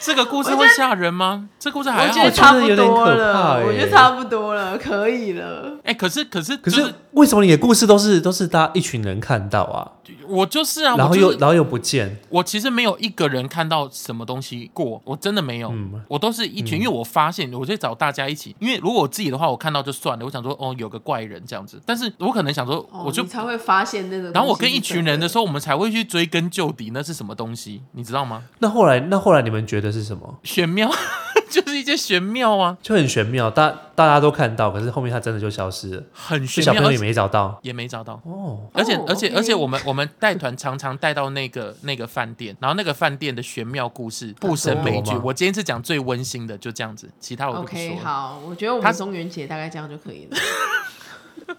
Speaker 3: 这个故事会吓人吗？这故事还
Speaker 2: 我
Speaker 3: 好
Speaker 2: 觉得
Speaker 3: 吧。
Speaker 2: 差不
Speaker 1: 我觉得有点
Speaker 2: 多
Speaker 1: 可怕
Speaker 2: 了，
Speaker 1: 欸
Speaker 2: 我觉得差不多了，可以了。
Speaker 3: 哎、可是可是
Speaker 1: 可
Speaker 3: 就是
Speaker 1: 为什么你的故事都是都是大家一群人看到啊，
Speaker 3: 我就是啊，
Speaker 1: 然后
Speaker 3: 我就
Speaker 1: 又
Speaker 3: 是
Speaker 1: 然后又不见？
Speaker 3: 我其实没有一个人看到什么东西过，我真的没有，
Speaker 1: 嗯
Speaker 3: 我都是一群，因为我发现我就找大家一起，因为如果我自己的话，我看到就算了，我想说哦有个怪人这样子，但是我可能想说
Speaker 2: 哦
Speaker 3: 我就，
Speaker 2: 你才会发现那个。
Speaker 3: 然后我跟一群人的，时候，我们才会去追根究底那是什么东西，你知道吗？
Speaker 1: 那后来那后来你们觉得是什么？
Speaker 3: 玄妙， 就是一些玄妙啊，
Speaker 1: 就很玄妙，大大家都看到，可是后面他真的就消失了，
Speaker 3: 很
Speaker 1: 是
Speaker 3: 玄
Speaker 1: 小
Speaker 3: 妙，
Speaker 1: 朋友
Speaker 3: 而
Speaker 1: 也
Speaker 3: 且
Speaker 1: 没找到
Speaker 3: 也没找到。
Speaker 1: 哦。
Speaker 3: 而且、
Speaker 2: 哦
Speaker 3: 而且
Speaker 2: OK
Speaker 3: 而且我们我们带团常常带到那个那个饭店，然后那个饭店的玄妙故事不胜枚举
Speaker 1: 很多。吗
Speaker 3: 我今天是讲最温馨的，就这样子，其他我就不说
Speaker 2: OK，
Speaker 3: 了。
Speaker 2: 好，我觉得我
Speaker 3: 他
Speaker 2: 们中元节大概这样就可 以了。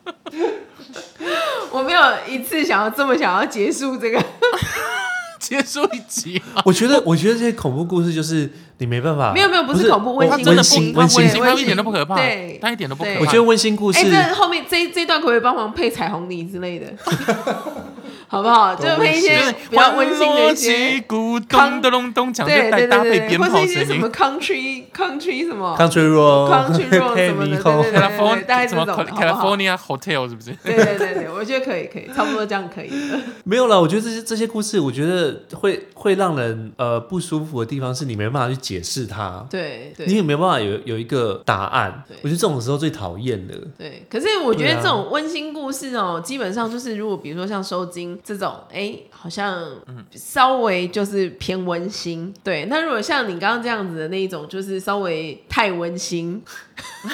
Speaker 2: 我没有一次想要这么想要结束这个，
Speaker 3: 结束一集，哦
Speaker 1: 我觉得我觉得这些恐怖故事就是你没办法，
Speaker 2: 没有没有，不
Speaker 1: 不
Speaker 2: 是恐怖温
Speaker 1: 我
Speaker 2: 馨，
Speaker 1: 真的
Speaker 2: 馨哎
Speaker 1: 不温馨
Speaker 2: 温
Speaker 3: 温馨它一点都不可怕
Speaker 2: 对，
Speaker 3: 它一点都不可怕
Speaker 2: 对
Speaker 1: 我觉得温馨故事
Speaker 2: 哎，这后面这这段可不可以帮忙配彩虹泥之类的？ 好不 好？就配一些比较温馨的一些
Speaker 3: 击，鼓咚
Speaker 2: 康
Speaker 3: 咚咚咚锵，
Speaker 2: 对
Speaker 3: 就带
Speaker 2: 对
Speaker 3: 搭
Speaker 2: 对
Speaker 3: 配
Speaker 2: 对，
Speaker 3: 鞭
Speaker 2: 或是
Speaker 3: 炮
Speaker 2: 一些
Speaker 3: 声
Speaker 2: 什么
Speaker 3: 音。
Speaker 2: country country 什 么
Speaker 1: Country Road、
Speaker 2: country road 什么的，对对对
Speaker 3: California-
Speaker 2: 对，大概这
Speaker 3: 什
Speaker 2: 种
Speaker 3: 么
Speaker 2: 的好不好？
Speaker 3: California Hotel 是不是？
Speaker 2: 对对对对，我觉得可以可以，差不多这样可以了。
Speaker 1: 没有啦，我觉得这些这些故事，我觉得会会让人呃不舒服的地方是你没办法去解释它，
Speaker 2: 对对
Speaker 1: 你也没办法有有一个答案
Speaker 2: 对。
Speaker 1: 我觉得这种时候最讨厌的。
Speaker 2: 对，可是我觉
Speaker 1: 对
Speaker 2: 得
Speaker 1: 啊
Speaker 2: 这种温馨故事哦、基本上就是如果比如说像收金这种，哎、好像稍微就是偏温馨。对，那如果像你刚刚这样子的那一种，就是稍微太温 馨，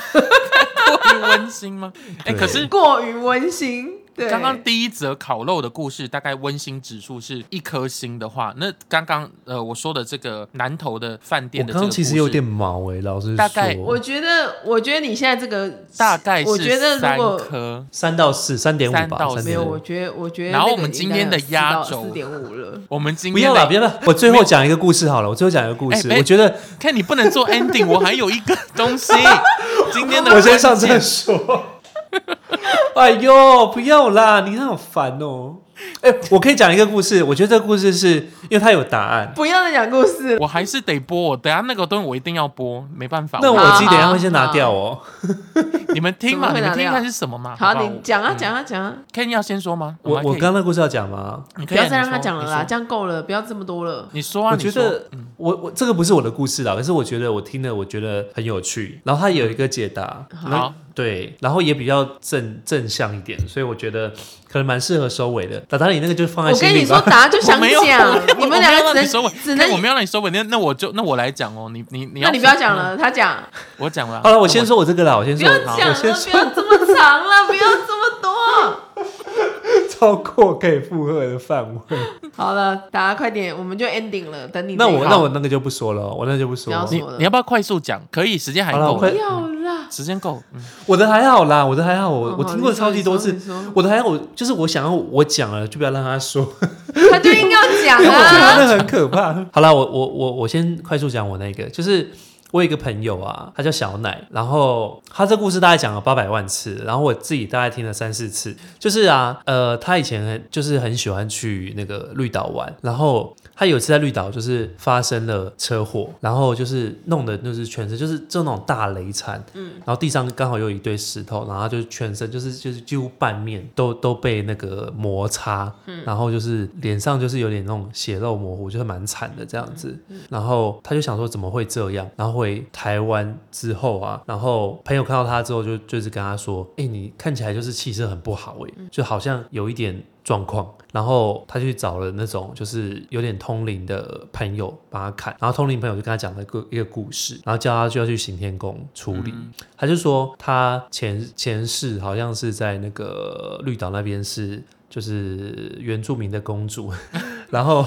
Speaker 3: 过于温馨吗？哎，
Speaker 1: 对
Speaker 3: 可是
Speaker 2: 过于温馨。对，
Speaker 3: 刚刚第一则烤肉的故事，大概温馨指数是一颗星的话，那刚刚呃我说的这个南投的饭
Speaker 1: 我
Speaker 3: 店的
Speaker 1: 刚刚
Speaker 3: 这个故事，
Speaker 1: 其实有点毛哎、老实
Speaker 3: 大概
Speaker 2: 我
Speaker 1: 说，
Speaker 2: 觉得，我觉得你现在这个
Speaker 3: 大概
Speaker 2: 我觉得
Speaker 3: 是
Speaker 2: 如
Speaker 3: 三
Speaker 2: 果
Speaker 3: 颗，
Speaker 1: 三到四，三点五
Speaker 3: 三
Speaker 1: 吧
Speaker 3: 到，
Speaker 1: 三
Speaker 2: 没
Speaker 1: 点
Speaker 2: 有，
Speaker 1: 五
Speaker 2: 我。觉得，我觉得
Speaker 3: 然
Speaker 2: 那个
Speaker 3: 后我们
Speaker 2: 应
Speaker 3: 今
Speaker 2: 该
Speaker 3: 天
Speaker 2: 有
Speaker 3: 的
Speaker 2: 4
Speaker 3: 压
Speaker 2: 到
Speaker 3: 轴
Speaker 2: 四点五了。
Speaker 3: 我们今
Speaker 1: 不
Speaker 3: 天
Speaker 1: 要
Speaker 3: 的
Speaker 1: 啦，不要啦，我最后讲一个故事好了，我最后讲一个故事。
Speaker 3: 哎哎
Speaker 1: 我觉得
Speaker 3: 看你不能做 ending，我还有一个 东西。今天的
Speaker 1: 我先上
Speaker 3: 关
Speaker 1: 厕
Speaker 3: 键
Speaker 1: 所。 哎呦，不要啦，你好烦哦。哎、我可以讲一个故事，我觉得这个故事是因为它有答案。
Speaker 2: 不要再讲故事了。
Speaker 3: 我还是得播，我等下那个东西我一定要播，没办法。
Speaker 1: 那我
Speaker 2: 好
Speaker 1: 鸡等一下
Speaker 2: 好
Speaker 1: 会先拿掉哦。
Speaker 3: 你们听嘛，
Speaker 2: 怎么会
Speaker 3: 你们
Speaker 2: 拿
Speaker 3: 听
Speaker 2: 掉
Speaker 3: 看是什么嘛？
Speaker 2: 好，
Speaker 3: 不
Speaker 2: 你讲啊，讲啊，讲啊，
Speaker 3: ，Ken 要先说吗？
Speaker 1: 我
Speaker 3: 们还
Speaker 1: 我
Speaker 3: 可以
Speaker 1: 刚刚那故事要讲吗？
Speaker 3: 你可
Speaker 2: 不
Speaker 3: 以啊
Speaker 2: 要再让他
Speaker 3: 你说
Speaker 2: 讲了啦，这样够了，不要这么多了。
Speaker 3: 你说啊，
Speaker 1: 我
Speaker 3: 你
Speaker 1: 觉
Speaker 3: 说
Speaker 1: 得
Speaker 2: 嗯
Speaker 1: 我我这个不是我的故事啦，可是我觉得我听了我觉得很有趣，然后它有一个解答，
Speaker 2: 嗯
Speaker 3: 好，
Speaker 1: 对，然后也比较正正向一点，所以我觉得可能蛮适合收尾的。达达，你那个就放在
Speaker 2: 我
Speaker 1: 心
Speaker 2: 跟
Speaker 1: 里
Speaker 2: 你
Speaker 1: 吧。
Speaker 2: 说，答案就
Speaker 3: 我
Speaker 2: 想
Speaker 3: 没有，我
Speaker 2: 讲，
Speaker 3: 没有
Speaker 2: 你们两
Speaker 3: 我没有
Speaker 2: 个
Speaker 3: 让你
Speaker 2: 只
Speaker 3: 收尾
Speaker 2: 能，只
Speaker 3: 那
Speaker 2: 能
Speaker 3: 我没有让你收尾，那那我就那我来讲哦，你你你要，嗯
Speaker 2: 那你不要讲，了，他讲，
Speaker 3: 我讲了。
Speaker 1: 好了，我先，说我这个啦，我先
Speaker 2: 不
Speaker 1: 说，
Speaker 2: 要
Speaker 1: 好嗯啊我
Speaker 2: 讲了，不
Speaker 1: 先
Speaker 2: 要
Speaker 1: 说
Speaker 2: 这么长了，不要这 么多。
Speaker 1: 超过可以负荷的范围。
Speaker 2: 好了，大家快点，我们就 ending 了，等你
Speaker 1: 那
Speaker 2: 这
Speaker 1: 我
Speaker 2: 个
Speaker 1: 那我那个就不说了，我那个就不说了。
Speaker 2: 不要
Speaker 3: 你
Speaker 2: 说了
Speaker 3: 你要不要快速讲？可以，时间还
Speaker 1: 好了我
Speaker 3: 够
Speaker 1: 快，
Speaker 2: 不要啦。
Speaker 3: 时间够。嗯
Speaker 1: 我的还好啦，我的还好，我、
Speaker 2: 哦
Speaker 1: 我
Speaker 2: 好
Speaker 1: 听过
Speaker 2: 你说
Speaker 1: 超级
Speaker 2: 你
Speaker 1: 多
Speaker 2: 说
Speaker 1: 次
Speaker 2: 你说。
Speaker 1: 我的还好，我就是我想要我讲了，就不要让他说，
Speaker 2: 他就应该要讲
Speaker 1: 因 为我觉得
Speaker 2: 啊。
Speaker 1: 那很可怕。好啦，我我我我先快速讲我那个，就是。我有一个朋友啊，他叫小奶，然后他这故事大概讲了八百万次，然后我自己大概听了三四次。就是啊，呃，他以前很就是很喜欢去那个绿岛玩，然后他有一次在绿岛就是发生了车祸，然后就是弄的就是全身就是就那种大雷惨，嗯，然后地上刚好有一堆石头，然后他就全身就是就是几乎半面都都被那个摩擦，嗯，然后就是脸上就是有点那种血肉模糊，就是蛮惨的这样子，然后他就想说怎么会这样？然后回台湾之后啊，然后朋友看到他之后就就是跟他说：“哎、你看起来就是气色很不好、欸，就好像有一点状况。”然后他去找了那种就是有点通灵的朋友帮他看，然后通灵朋友就跟他讲了一个一个故事，然后叫他就要去行天宫处理。他就说他前前世好像是在那个绿岛那边是就是原住民的公主， 然后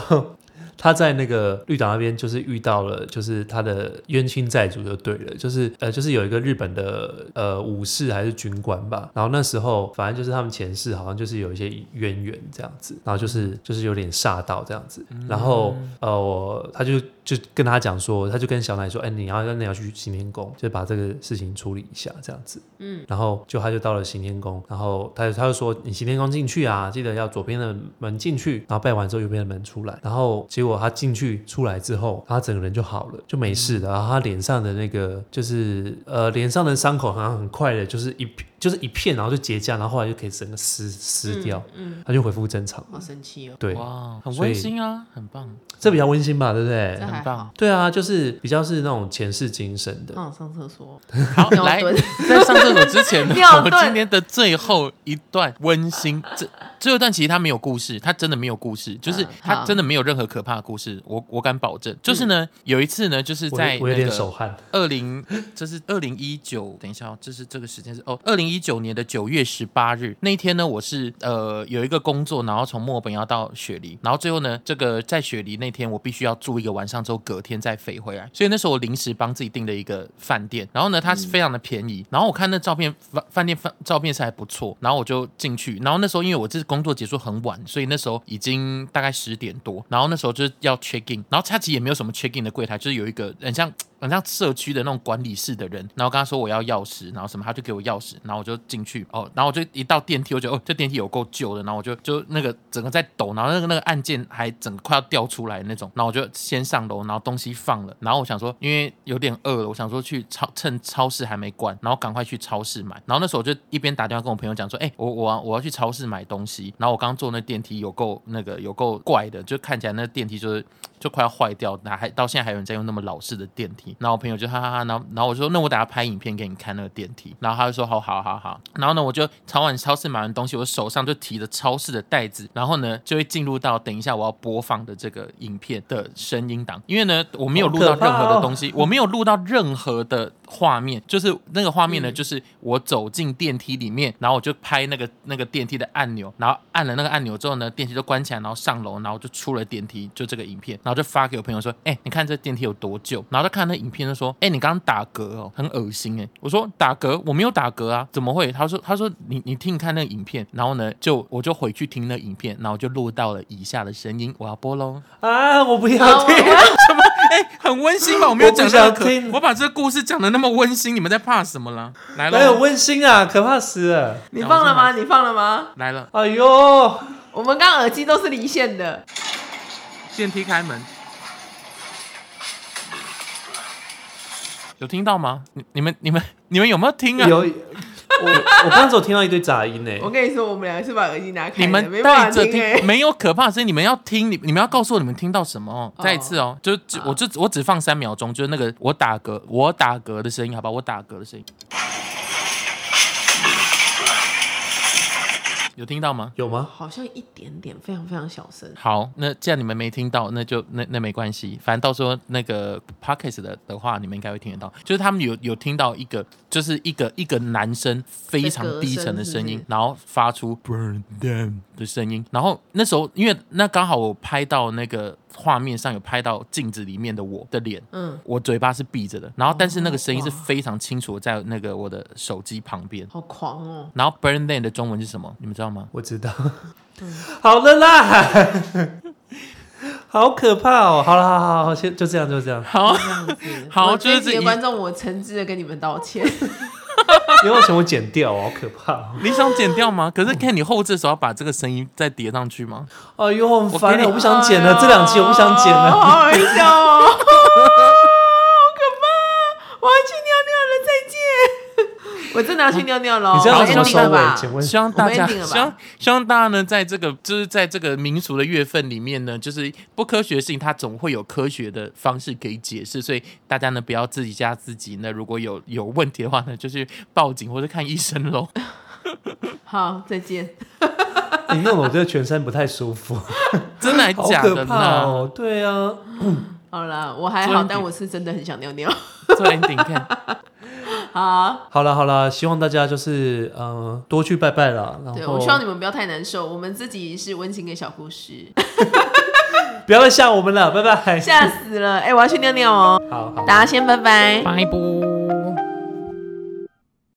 Speaker 1: 他在那个绿岛那边就是遇到了，就是他的冤亲债主就对了，就是呃，就是有一个日本的呃武士还是军官吧，然后那时候反正就是他们前世好像就是有一些渊源这样子，然后就是就是有点煞到这样子，然后呃我他就就跟他讲说，他就跟小奶说，哎、你要那你要去行天宫，就把这个事情处理一下这样子，然后就他就到了行天宫，然后他就他就说你行天宫进去啊，记得要左边的门进去，然后拜完之后右边的门出来。然后结果他进去出来之后，他整个人就好了，就没事了。然后他脸上的那个就是呃脸上的伤口好像很快的，就是一就是一片，然后就结痂，然后后来就可以整个撕撕掉，他就恢复正常。
Speaker 2: 嗯好生气哦，
Speaker 1: 对，
Speaker 3: 嗯哇，很
Speaker 1: 所以
Speaker 3: 温馨啊，很棒，
Speaker 1: 这比较温馨吧，对不对
Speaker 2: 这？还
Speaker 3: 很
Speaker 2: 哎好
Speaker 3: 棒。。
Speaker 1: 对啊，就是比较是那种前世今生
Speaker 3: 哦
Speaker 1: 的。
Speaker 2: 让我上厕所，
Speaker 3: 好，
Speaker 2: 尿
Speaker 3: 来
Speaker 2: 遁，，
Speaker 3: 在上厕所之前呢
Speaker 2: 尿
Speaker 3: 我
Speaker 2: 遁
Speaker 3: 今天的最后一段温馨，这最后一段其实它没有故事，它真的没有故事，就是
Speaker 2: 嗯
Speaker 3: 它
Speaker 2: 好嗯
Speaker 3: 真的没有任何可怕的故事，我我敢保证。就是呢，有一次呢，就是
Speaker 1: 我
Speaker 3: 在
Speaker 1: 我有
Speaker 3: 那
Speaker 1: 点手
Speaker 3: 个
Speaker 1: 汗，
Speaker 3: 二零，这是二零一九，等一下哦，这是这个时间是哦，二零一九年的九月十八日那一天呢，我是呃有一个工作，然后从墨尔本要到雪梨，然后最后呢，这个在雪梨那天我必须要住一个晚上，之后隔天再飞回来，所以那时候我临时帮自己订了一个饭店，然后呢，它是非常的便宜，然后我看那照片饭饭店饭照片是还不错，然后我就进去，然后那时候因为我这工作结束很晚，所以那时候已经大概十点多，然后那时候就是要 check in，然后它其实也没有什么 check in 的柜台，就是有一个很像。很像社区的那种管理室的人，然后跟他说我要钥匙，然后什么，他就给我钥匙，然后我就进去哦，然后我就一到电梯，我觉得哦，这电梯有够旧的，然后我就就那个整个在抖，然后那个那个按键还整个快要掉出来那种，然后我就先上楼，然后东西放了，然后我想说因为有点饿了，我想说去超趁超市还没关，然后赶快去超市买，然后那时候我就一边打电话跟我朋友讲说，哎、我我我要去超市买东西，然后我刚坐那电梯有够那个有够怪的，就看起来那电梯就是就快要坏掉，那还到现在还有人在用那么老式的电梯。然后我朋友就哈哈哈，然后然后我就说那我等下拍影片给你看那个电梯，然后他就说好好好好。然后呢，我就超完超市买完东西，我手上就提着超市的袋子，然后呢就会进入到等一下我要播放的这个影片的声音档，因为呢我没有录到
Speaker 1: 好可
Speaker 3: 任
Speaker 1: 怕哦
Speaker 3: 何的东西，我没有录到任何的画面，就是那个画面呢，就是我走进电梯里面，然后我就拍那个那个电梯的按钮，然后按了那个按钮之后呢，电梯就关起来，然后上楼，然后就出了电梯，就这个影片，然后就发给我朋友说，哎、你看这电梯有多旧，然后他看那影片就说，哎、你刚刚打嗝哦，很恶心哎、我说打嗝，我没有打嗝啊，怎么会？他说他说你你听你看那个影片，然后呢，就我就回去听那个影片，然后就录到了以下的声音，我要播喽。
Speaker 1: 啊，我不
Speaker 2: 啊
Speaker 1: 要
Speaker 3: 哦
Speaker 2: 我
Speaker 1: 听。
Speaker 3: 哎、 很温馨吧？我没有讲
Speaker 1: 我
Speaker 3: 任
Speaker 1: 不
Speaker 3: 何
Speaker 1: 想听，
Speaker 3: 我把这个故事讲的那么温馨，你们在怕什么啦？来
Speaker 1: 哪有
Speaker 3: 了，
Speaker 1: 温馨啊，可怕死了！
Speaker 2: 你放了吗？你放了吗？
Speaker 3: 来了，
Speaker 1: 哎呦，
Speaker 2: 我们刚耳机都是离线的，
Speaker 3: 电梯开门，有听到吗？你你们、你们、你们有没有听啊？
Speaker 1: 有我我刚走听到一堆杂音呢、
Speaker 2: 我跟你说，我们两个是把耳机拿开的，
Speaker 3: 你
Speaker 2: 没
Speaker 3: 们带
Speaker 2: 办法
Speaker 3: 着
Speaker 2: 听哎、
Speaker 3: 听，没有可怕的声音，你们要听，你你们要告诉我你们听到什么哦。
Speaker 2: 哦
Speaker 3: 再一次哦，就就
Speaker 2: 好
Speaker 3: 我就我只放三秒钟，就是那个我打嗝，我打嗝的声音，好吧，我打嗝的声音，有听到吗？
Speaker 1: 有吗？
Speaker 2: 好像一点点，非常非常小声。
Speaker 3: 好，那既然你们没听到，那就那那没关系，反正到时候那个 podcast 的的话，你们应该会听得到。就是他们有有听到一个，就是一个一个男生非常低沉的声
Speaker 2: 这歌声是
Speaker 3: 音，
Speaker 2: 不是
Speaker 3: 然后发出 burn them 的声音。然后那时候，因为那刚好我拍到那个画面上有拍到镜子里面的我的脸，
Speaker 2: 嗯，哦
Speaker 3: 我嘴巴是闭着的，然后但是那个声音是
Speaker 2: 哇
Speaker 3: 非常清楚，在那个我的手机旁边。
Speaker 2: 好狂哦！
Speaker 3: 然后 burn them 的中文是什么？你们知道吗？
Speaker 1: 我知道。好了啦， 好可怕哦！好了，好好好，先就这样，就这样。
Speaker 3: 好，
Speaker 2: 这 样子
Speaker 3: 好
Speaker 2: 我
Speaker 3: 就
Speaker 2: 这
Speaker 3: 是
Speaker 2: 一集
Speaker 3: 这
Speaker 2: 的
Speaker 3: 一
Speaker 2: 观众，我诚挚的跟你们道歉。
Speaker 1: 你要全部剪掉哦，好可怕哦！
Speaker 3: 你想剪掉吗？可是看你后置的时候要把这个声音再叠上去吗？
Speaker 1: 哎呦，很烦
Speaker 3: 我给
Speaker 1: 啊，
Speaker 3: 你
Speaker 1: 我不想剪了，这两期我不想剪
Speaker 2: 哎呦
Speaker 1: 了。
Speaker 2: 好好笑哦， 好可怕！哦我要去尿尿了，再见！我 真的要去尿尿了，
Speaker 1: 你这样怎么
Speaker 2: 我
Speaker 1: 收
Speaker 2: ending 了
Speaker 1: 尾？
Speaker 2: 吧
Speaker 1: 请问
Speaker 3: 希望大
Speaker 2: 我们
Speaker 3: 家，
Speaker 2: ending 了吧
Speaker 3: 希望希望大家呢，在这个就是在这个民俗的月份里面呢，就是不科学的事情，它总会有科学的方式可以解释，所以大家呢不要自己吓自己。那如果有有问题的话呢，就是报警或者看医生喽。
Speaker 2: 好，再见。
Speaker 1: 你弄得我这个全身不太舒服，
Speaker 3: 真的还
Speaker 1: 好
Speaker 3: 假的
Speaker 1: 可怕
Speaker 3: 呢？
Speaker 1: 哦！对啊，
Speaker 2: 好啦，我还
Speaker 3: 做
Speaker 2: 好，
Speaker 3: ending
Speaker 2: 但我是真的很想尿尿。
Speaker 3: 做 ending 看，
Speaker 2: 好，
Speaker 1: 好了好了，希望大家就是嗯、呃多去拜拜啦，然
Speaker 2: 对
Speaker 1: 后
Speaker 2: 我希望你们不要太难受，我们自己是温馨的小故事，
Speaker 1: 不要再吓我们了，拜拜。
Speaker 2: 吓死了！哎、我要去尿尿哦，
Speaker 1: 好好。
Speaker 2: 大家先拜拜。
Speaker 3: 拜拜。